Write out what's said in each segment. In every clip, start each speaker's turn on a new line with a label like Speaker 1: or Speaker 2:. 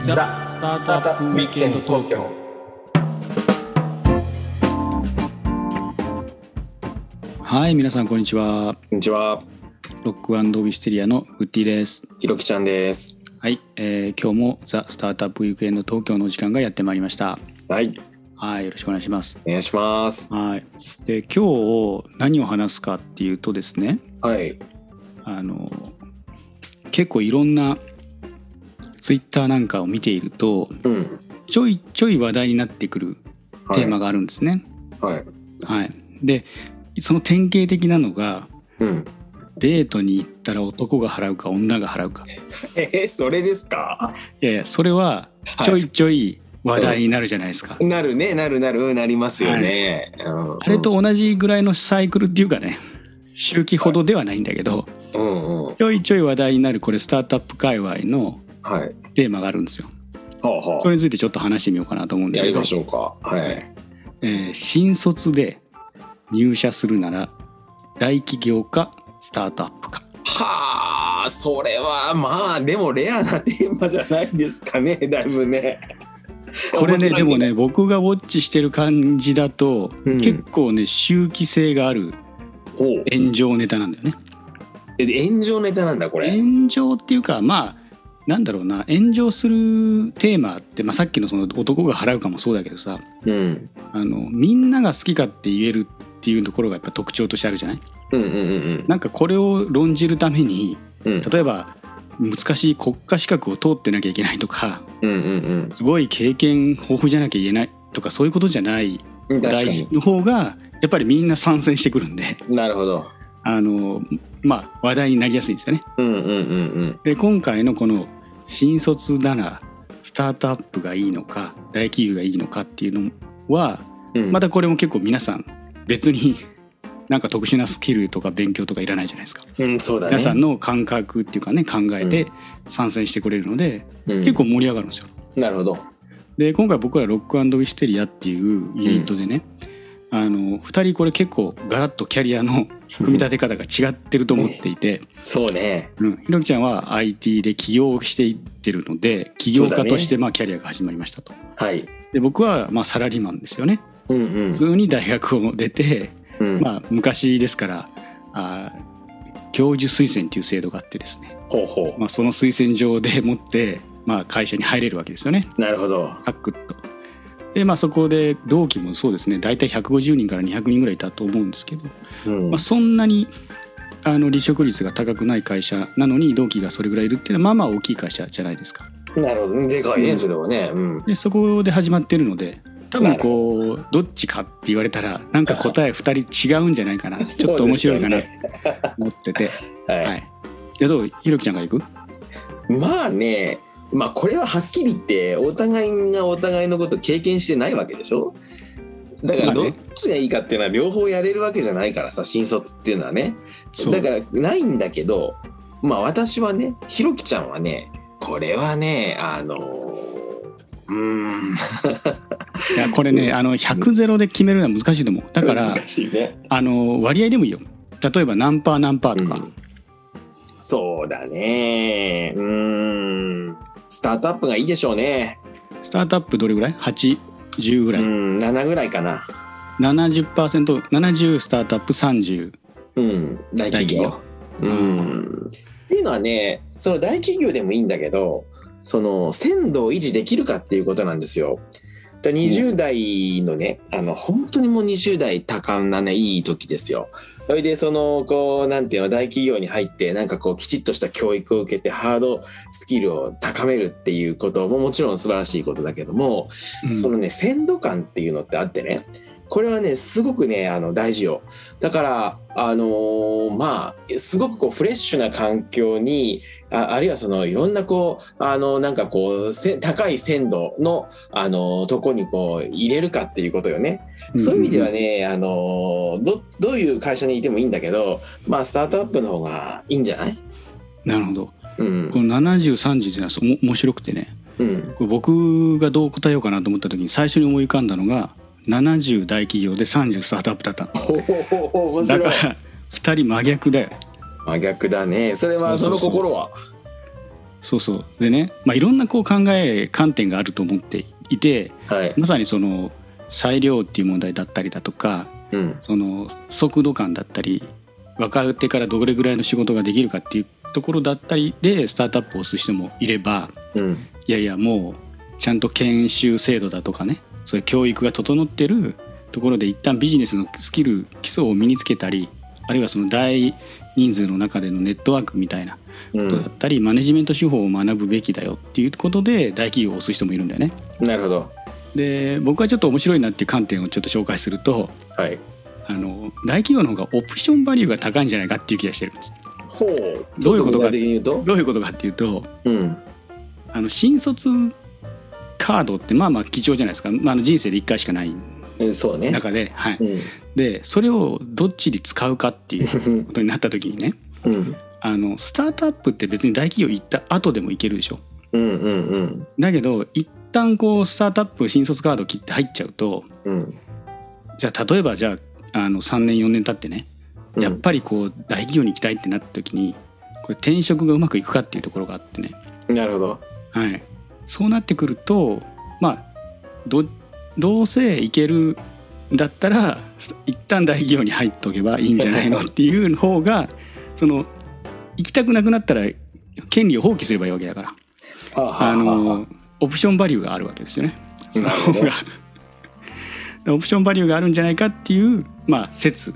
Speaker 1: スタートアップウィークエンド東京はい皆さんこんにちは
Speaker 2: こんにちは、
Speaker 1: ロックアンドウィステリアのグッディです
Speaker 2: ひろきちゃんです。
Speaker 1: はい、えー今日もザ・スタートアップウィークエンド東京のお時間がやってまいりました
Speaker 2: はい、
Speaker 1: はいよろしくお願いします
Speaker 2: お願いします。
Speaker 1: はいで今日何を話すかっていうとですね
Speaker 2: はい、
Speaker 1: あの結構いろんなツイッターなんかを見ていると
Speaker 2: うん、
Speaker 1: ちょいちょい話題になってくるテーマ
Speaker 2: が、
Speaker 1: があるんですね。
Speaker 2: はい、
Speaker 1: はいでその典型的なのが
Speaker 2: うん。
Speaker 1: デートに行ったら男が払うか女が払うかい
Speaker 2: えー、それですか。
Speaker 1: やいやそれは
Speaker 2: はい
Speaker 1: ちょいちょい話題になるじゃないですか。
Speaker 2: なるね、なるなる、なりますよね。うん
Speaker 1: あれと、同じぐらいのサイクルっていうかね周期ほどではないんだけど
Speaker 2: うんうん、
Speaker 1: ちょいちょい話題になるこれスタートアップ界隈の
Speaker 2: はい、
Speaker 1: テーマがあるんですよ。
Speaker 2: はあ、は
Speaker 1: それについてちょっと話してみようかなと思うん
Speaker 2: あ、
Speaker 1: だ
Speaker 2: や
Speaker 1: け
Speaker 2: り
Speaker 1: ど
Speaker 2: まし、ょうか。はい、
Speaker 1: えー新卒で入社するなら大企業かスタートアップか。
Speaker 2: はあ、それは、まあ、でも、レアなテーマじゃないですかね、 だいぶね。
Speaker 1: これね
Speaker 2: 面白
Speaker 1: で
Speaker 2: い
Speaker 1: もね僕がウォッチしてる感じだと、
Speaker 2: うん
Speaker 1: 結構ね周期性がある
Speaker 2: ほう、
Speaker 1: 炎上ネタなんだよね
Speaker 2: えで炎上ネタなんだ、これ。
Speaker 1: 炎上っていうかまあなんだろうな炎上するテーマって、まあ、さっきのその男が払うかもそうだけどさ
Speaker 2: うん、
Speaker 1: あのみんなが好きかって言えるっていうところがやっぱ特徴としてあるじゃない
Speaker 2: うん、うん、うん、
Speaker 1: なんかこれを論じるために
Speaker 2: うん、うん、
Speaker 1: 例えば難しい国家資格を通ってなきゃいけないとか
Speaker 2: うん、うん、
Speaker 1: すごい経験豊富じゃなきゃ言えないとかそういうことじゃない
Speaker 2: うん、確
Speaker 1: 大
Speaker 2: か
Speaker 1: 事
Speaker 2: に。
Speaker 1: の方がやっぱりみんな参戦してくるんで
Speaker 2: なるほど。
Speaker 1: あの、まあ、話題になりやすいんですよね。
Speaker 2: うん、うん、うん、うん。
Speaker 1: で今回のこの新卒だなスタートアップがいいのか大企業がいいのかっていうのは
Speaker 2: うん
Speaker 1: またこれも結構皆さん別に なんか特殊なスキルとか勉強とかいらないじゃないですか、
Speaker 2: うん、そうだね。
Speaker 1: 皆さんの感覚っていうかね考え
Speaker 2: う
Speaker 1: て参戦してくれるので、
Speaker 2: うん
Speaker 1: 結構盛り上がるんですよ。
Speaker 2: なるほど。
Speaker 1: で今回僕らロックウィステリアっていうユニットでね、あの2人これ結構ガラッとキャリアの組み立て方が違ってると思っていて、
Speaker 2: そうね。
Speaker 1: うん、ひろきちゃんは IT で起業していってるので起業家としてまあキャリアが始まりましたと。
Speaker 2: はい。
Speaker 1: で僕はまあサラリーマンですよね
Speaker 2: うん
Speaker 1: 普通に大学を出て、
Speaker 2: うん。うん、
Speaker 1: まあ、昔ですからあー教授推薦っていう制度があってですね、
Speaker 2: ほうほ
Speaker 1: まあ、その推薦状でもって、まあ、会社に入れるわけですよね。
Speaker 2: う。なるほど。
Speaker 1: サクッと。でまあそこで同期もそうですね大体150人から200人ぐらいいたと思うんですけど、
Speaker 2: うん
Speaker 1: まあ、そんなにあの離職率が高くない会社なのに同期がそれぐらいいるっていうのはまあまあ大きい会社じゃないですか。
Speaker 2: なるほど。でかいね、
Speaker 1: うん
Speaker 2: それはね。うん。
Speaker 1: でそこで始まってるので多分こうどっちかって言われたらなんか答え2人違うんじゃないか なちょっと面白いかな
Speaker 2: そうで
Speaker 1: と思ってて、
Speaker 2: すよね
Speaker 1: は。
Speaker 2: はい
Speaker 1: でどうひろきちゃんが行く
Speaker 2: い。まあね。まあ、これははっきり言って、お互いがお互いのこと経験してないわけでしょ。だか
Speaker 1: ま
Speaker 2: ら、
Speaker 1: あね
Speaker 2: どっちがいいかっていうのは、両方やれるわけじゃないからさ、新卒っていうのはね。
Speaker 1: そう
Speaker 2: だから、ないんだけど。まあ、私はね、ひろきちゃんはね。これはね、あのー。うーん。
Speaker 1: いやこれねあの100ゼロで決めるのは難しいと思うだから
Speaker 2: 難しいね。
Speaker 1: あの割合でもいいよ例えば何パー何パーとか、
Speaker 2: うんそうだねうーんスタートアップがいいでしょうね
Speaker 1: スタートアップどれぐらい ?80 ぐら
Speaker 2: う
Speaker 1: い、
Speaker 2: ん7ぐらいかな
Speaker 1: 70%70 スタートアップ30
Speaker 2: うん大企業
Speaker 1: 大企
Speaker 2: うんっていうのはねその大企業でもいいんだけどその鮮度を維持できるかっていうことなんですよだ20代のね、あの本当にもう20代多感なねいい時ですよそれでそのこうなんていうの大企業に入ってなんかこうきちっとした教育を受けてハードスキルを高めるっていうことももちろん素晴らしいことだけども、
Speaker 1: うん
Speaker 2: そのね鮮度感っていうのってあってねこれはねすごくねあの大事よだからあのーまあすごくこうフレッシュな環境にああるいはそのいろんなこうあのなんかこうせ高い鮮度のあのとこにこう入れるかっていうことよねそういう意味ではね、あのーどどういう会社にいてもいいんだけどまあスタートアップの方がいいんじゃない
Speaker 1: なるほど
Speaker 2: うん
Speaker 1: この7030っていうのはそうおも面白くてね
Speaker 2: うん
Speaker 1: これ僕がどう答えようかなと思った時に最初に思い浮かんだのが70大企業で30スタートアップ だったの
Speaker 2: おー面
Speaker 1: だ
Speaker 2: 白い
Speaker 1: から2人真逆だよ
Speaker 2: 真逆だねそれはその心は
Speaker 1: そうそうでね、まあ、いろんなこう考え観点があると思っていて
Speaker 2: はい。
Speaker 1: まさにその裁量っていう問題だったりだとか
Speaker 2: うん。
Speaker 1: その速度感だったり若手からどれぐらいの仕事ができるかっていうところだったりでスタートアップを推す人もいれば
Speaker 2: うん。
Speaker 1: いやいやもうちゃんと研修制度だとかねそういう教育が整ってるところで一旦ビジネスのスキル基礎を身につけたりあるいはその大人数の中でのネットワークみたいな
Speaker 2: う
Speaker 1: ことだっ
Speaker 2: ん。
Speaker 1: たり、マネジメント手法を学ぶべきだよっていうことで大企業を推す人もいるんだよね。
Speaker 2: なるほど。
Speaker 1: で僕はちょっと面白いなっていう観点をちょっと紹介すると
Speaker 2: はい。
Speaker 1: あの大企業の方がオプションバリューが高いんじゃないかっていう気がしてるんです。
Speaker 2: ほう。
Speaker 1: どういうことか
Speaker 2: ちょっ具体的に言うと。
Speaker 1: どういうことかっていうと
Speaker 2: うん。
Speaker 1: あの新卒カードってまあまあ貴重じゃないですか、まあ、あの人生で1回しかない
Speaker 2: うんそうね。
Speaker 1: 中で,、はい、
Speaker 2: うん。
Speaker 1: でそれをどっちに使うかっていうことになった時にね
Speaker 2: うん。
Speaker 1: あのスタートアップって別に大企業行った後でも行けるでしょ。
Speaker 2: うんうん
Speaker 1: だけど一旦こうスタートアップ新卒カード切って入っちゃうと
Speaker 2: うん。うん。
Speaker 1: じゃあ例えばじゃああの3年4年経ってね
Speaker 2: うん
Speaker 1: やっぱりこう大企業に行きたいってなった時にこれ転職がうまくいくかっていうところがあってね、
Speaker 2: なるほど。
Speaker 1: はい、そうなってくるとまあどどうせ行けるんだったら一旦大企業に入っとけばいいんじゃないのっていう方がその行きたくなくなったら権利を放棄すればいいわけだから。
Speaker 2: はあは
Speaker 1: あ
Speaker 2: あはあ
Speaker 1: のオプションバリューがあるわけですよね。その
Speaker 2: なるほ
Speaker 1: 方
Speaker 2: ど
Speaker 1: が でオプションバリューがあるんじゃないかっていうまあ説、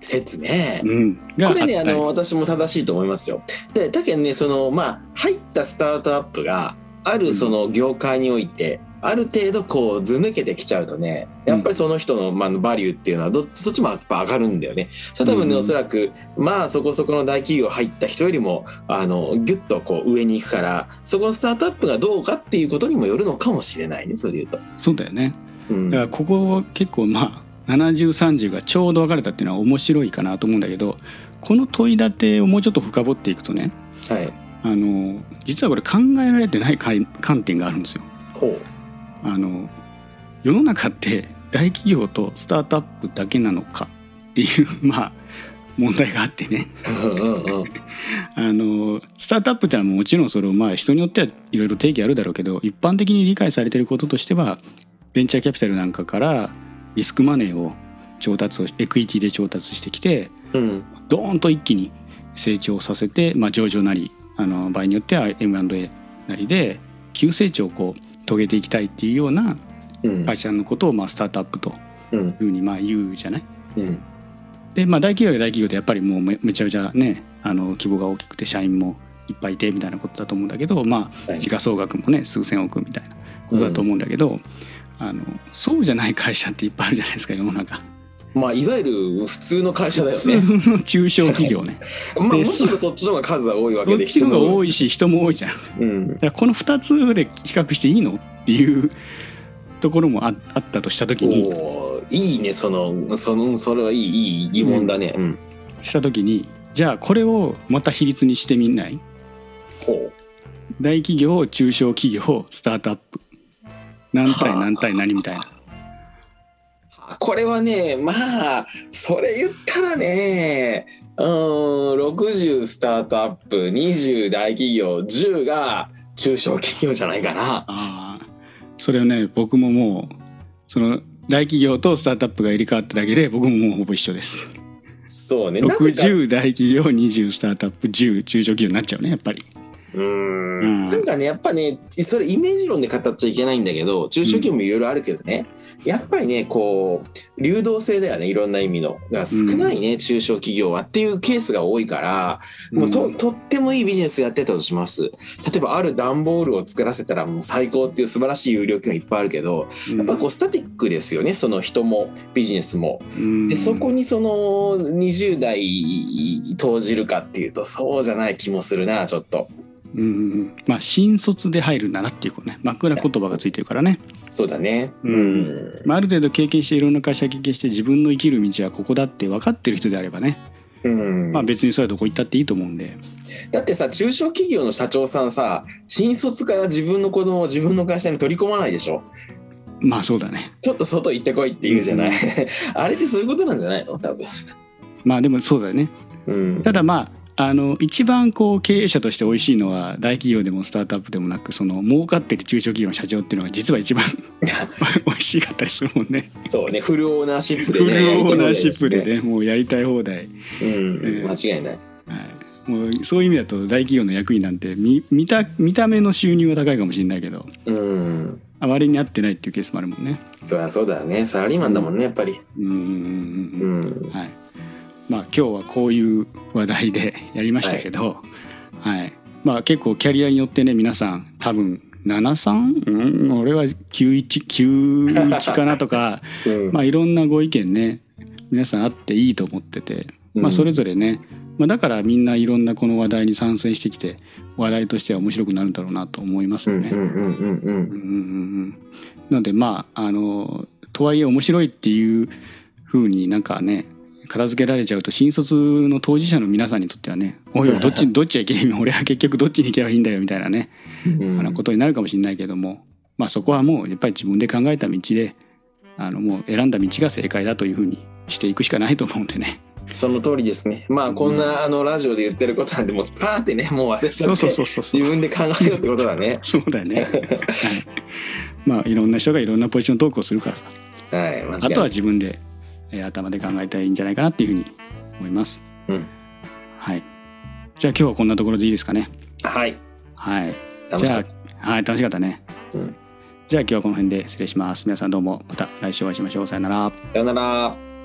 Speaker 2: 説ね。
Speaker 1: うん、があ
Speaker 2: こ
Speaker 1: った
Speaker 2: れねあ
Speaker 1: り
Speaker 2: の私も正しいと思いますよ。でだけどねそのまあ入ったスタートアップがあ
Speaker 1: うん
Speaker 2: るその業界において、ある程度こうず抜けてきちゃうとねやっぱりその人の,、まあ、バリューっていうのはどそっちもやっぱ上がるんだよね。それ多分ね、
Speaker 1: うん
Speaker 2: おそらくまあそこそこの大企業入った人よりもあのギュッとこう上に行くからそこのスタートアップがどうかっていうことにもよるのかもしれないねそれで言うと。
Speaker 1: そうだよね。
Speaker 2: うん
Speaker 1: だからここは結構まあ7030がちょうど分かれたっていうのは面白いかなと思うんだけどこの問い立てをもうちょっと深掘っていくとね
Speaker 2: はい、
Speaker 1: あの実はこれ考えられてない観観点があるんですよ。
Speaker 2: ほう
Speaker 1: あの世の中って大企業とスタートアップだけなのかっていうまあ問題があってね。
Speaker 2: うんうんうん
Speaker 1: あのスタートアップってのはもちろんそれをまあ人によってはいろいろ定義あるだろうけど一般的に理解されていることとしてはベンチャーキャピタルなんかからリスクマネーを調達をエクイティで調達してきて
Speaker 2: うん
Speaker 1: ドーンと一気に成長させて、まあ、上場なりあの場合によっては M&A なりで急成長をこう遂げていきたいっていうような
Speaker 2: うん
Speaker 1: 会社のことをまあスタートアップとい
Speaker 2: うん
Speaker 1: うふうにまあ言うじゃない。
Speaker 2: うん
Speaker 1: で、まあ、大企業は大企業でやっぱりもうめめちゃめちゃねあの規模が大きくて社員もいっぱいいてみたいなことだと思うんだけど、まあ、
Speaker 2: はい
Speaker 1: 時価総額もね数千億みたいなことだと思うんだけど、あのそうじゃない会社っていっぱいあるじゃないですか世の中。
Speaker 2: まあいわゆる普通の会社だよね。
Speaker 1: 普通の中小企業ね。
Speaker 2: まあ、
Speaker 1: で
Speaker 2: むしろそっちの方が数は多いわ
Speaker 1: ど
Speaker 2: け
Speaker 1: っ
Speaker 2: で
Speaker 1: ちの方が多
Speaker 2: い、
Speaker 1: いし人も多いじゃん。だか
Speaker 2: うん、
Speaker 1: らこの2つで比較していいのっていうところもああったとした時に
Speaker 2: おーいいねそのそのそれはいいいい疑問だね、うん
Speaker 1: した時にじゃあこれをまた比率にしてみない
Speaker 2: ほ
Speaker 1: 大企業中小企業スタートアップ何対何対何みたいな
Speaker 2: うこれはねまあそれ言ったらねうーん60スタートアップ20大企業10が中小企業じゃないかな。
Speaker 1: あーそれをね僕ももうその大企業とスタートアップが入れ替わっただけで僕ももうほぼ一緒です
Speaker 2: そうねなぜか
Speaker 1: 60大企業20スタートアップ10中小企業になっちゃうねやっぱり
Speaker 2: うーん
Speaker 1: うん
Speaker 2: なんかねやっぱねそれイメージ論で語っちゃいけないんだけど中小企業もいろいろあるけどね、やっぱりねこう流動性だよねいろんな意味のが少ないね、中小企業はっていうケースが多いからもうと,、
Speaker 1: うん
Speaker 2: とってもいいビジネスやってたとします例えばある段ボールを作らせたらもう最高っていう素晴らしい有料機能いっぱいあるけどやっぱこうスタティックですよねその人もビジネスも
Speaker 1: うん
Speaker 2: でそこにその20代投じるかっていうとそうじゃない気もするなちょっと
Speaker 1: うんうんうんまあ新卒で入るならっていうことね枕言葉がついてるからね、
Speaker 2: そうだね
Speaker 1: うんまあ、ある程度経験していろんな会社経験して自分の生きる道はここだって分かってる人であればね、
Speaker 2: うん
Speaker 1: まあ別にそれはどこ行ったっていいと思うんで
Speaker 2: だってさ中小企業の社長さんさ新卒から自分の子供を自分の会社に取り込まないでしょ
Speaker 1: まあそうだね
Speaker 2: ちょっと外行ってこいって言うじゃない、
Speaker 1: う ん
Speaker 2: あれってそういうことなんじゃないの多分、
Speaker 1: まあでもそうだよね
Speaker 2: うん
Speaker 1: ただまああの一番こう経営者として美味しいのは大企業でもスタートアップでもなくその儲かってる中小企業の社長っていうのが実は一 番美味しかったりするもんね。
Speaker 2: そうね、フルオーナーシップ
Speaker 1: フ
Speaker 2: でね。
Speaker 1: ルオーナーシップでねもうやりたい放題、
Speaker 2: うん、間違いない。
Speaker 1: はい、もうそういう意味だと大企業の役員なんて見見た見た目の収入は高いかもしれないけど
Speaker 2: うん。
Speaker 1: あまりに合ってないっていうケースもあるもんね。
Speaker 2: そりゃそうだね。サラリーマンだもんね、やっぱり。
Speaker 1: うんうんうん
Speaker 2: う
Speaker 1: うん
Speaker 2: ん。
Speaker 1: はいまあ、今日はこういう話題でやりましたけど、はいまあ、結構キャリアによってね皆さん多分 73? うん俺は9191かなと か、
Speaker 2: うん。
Speaker 1: まあ、いろんなご意見ね皆さんあっていいと思ってて、まあ、それぞれね、まあ、だからみんないろんなこの話題に参戦してきて話題としては面白くなるんだろうなと思います
Speaker 2: う
Speaker 1: よ
Speaker 2: ん
Speaker 1: ね。
Speaker 2: うんうんうんう
Speaker 1: うん
Speaker 2: ん。
Speaker 1: うんうんなのでまああのとはいえ面白いっていうふうになんかね片付けられちゃうと新卒の当事者の皆さんにとってはね「おいおいどっちどっちへ行けばいい俺は結局どっちに行けばいいんだよ」みたいなね、
Speaker 2: うん
Speaker 1: あのことになるかもしれないけども、まあ、そこはもうやっぱり自分で考えた道であのもう選んだ道が正解だというふうにしていくしかないと思うんでね。
Speaker 2: その通りですね。まあ、こんなあのラジオで言ってることなんで、もうパーってね、もう忘れちゃ
Speaker 1: そう
Speaker 2: っ
Speaker 1: そう
Speaker 2: て、
Speaker 1: そうそうそう
Speaker 2: 自分で考えようってことだね。
Speaker 1: そうだよね、はい、まあいろんな人がいろんなポジショントークをするからさ
Speaker 2: はい、
Speaker 1: あ
Speaker 2: 間違い
Speaker 1: とは
Speaker 2: ない。
Speaker 1: 自分で、えー頭で考えたらいいんじゃないかなっていうふうに思います。
Speaker 2: うん
Speaker 1: はい。じゃあ今日はこんなところでいいですかね。
Speaker 2: はい。
Speaker 1: はい。
Speaker 2: 楽
Speaker 1: じ
Speaker 2: しか
Speaker 1: ゃ
Speaker 2: っ
Speaker 1: あ、はい、楽しかったね。
Speaker 2: うん
Speaker 1: じゃあ今日はこの辺で失礼します。皆さんどうもまた来週お会いしましょう。さよなら。
Speaker 2: た。さよなら。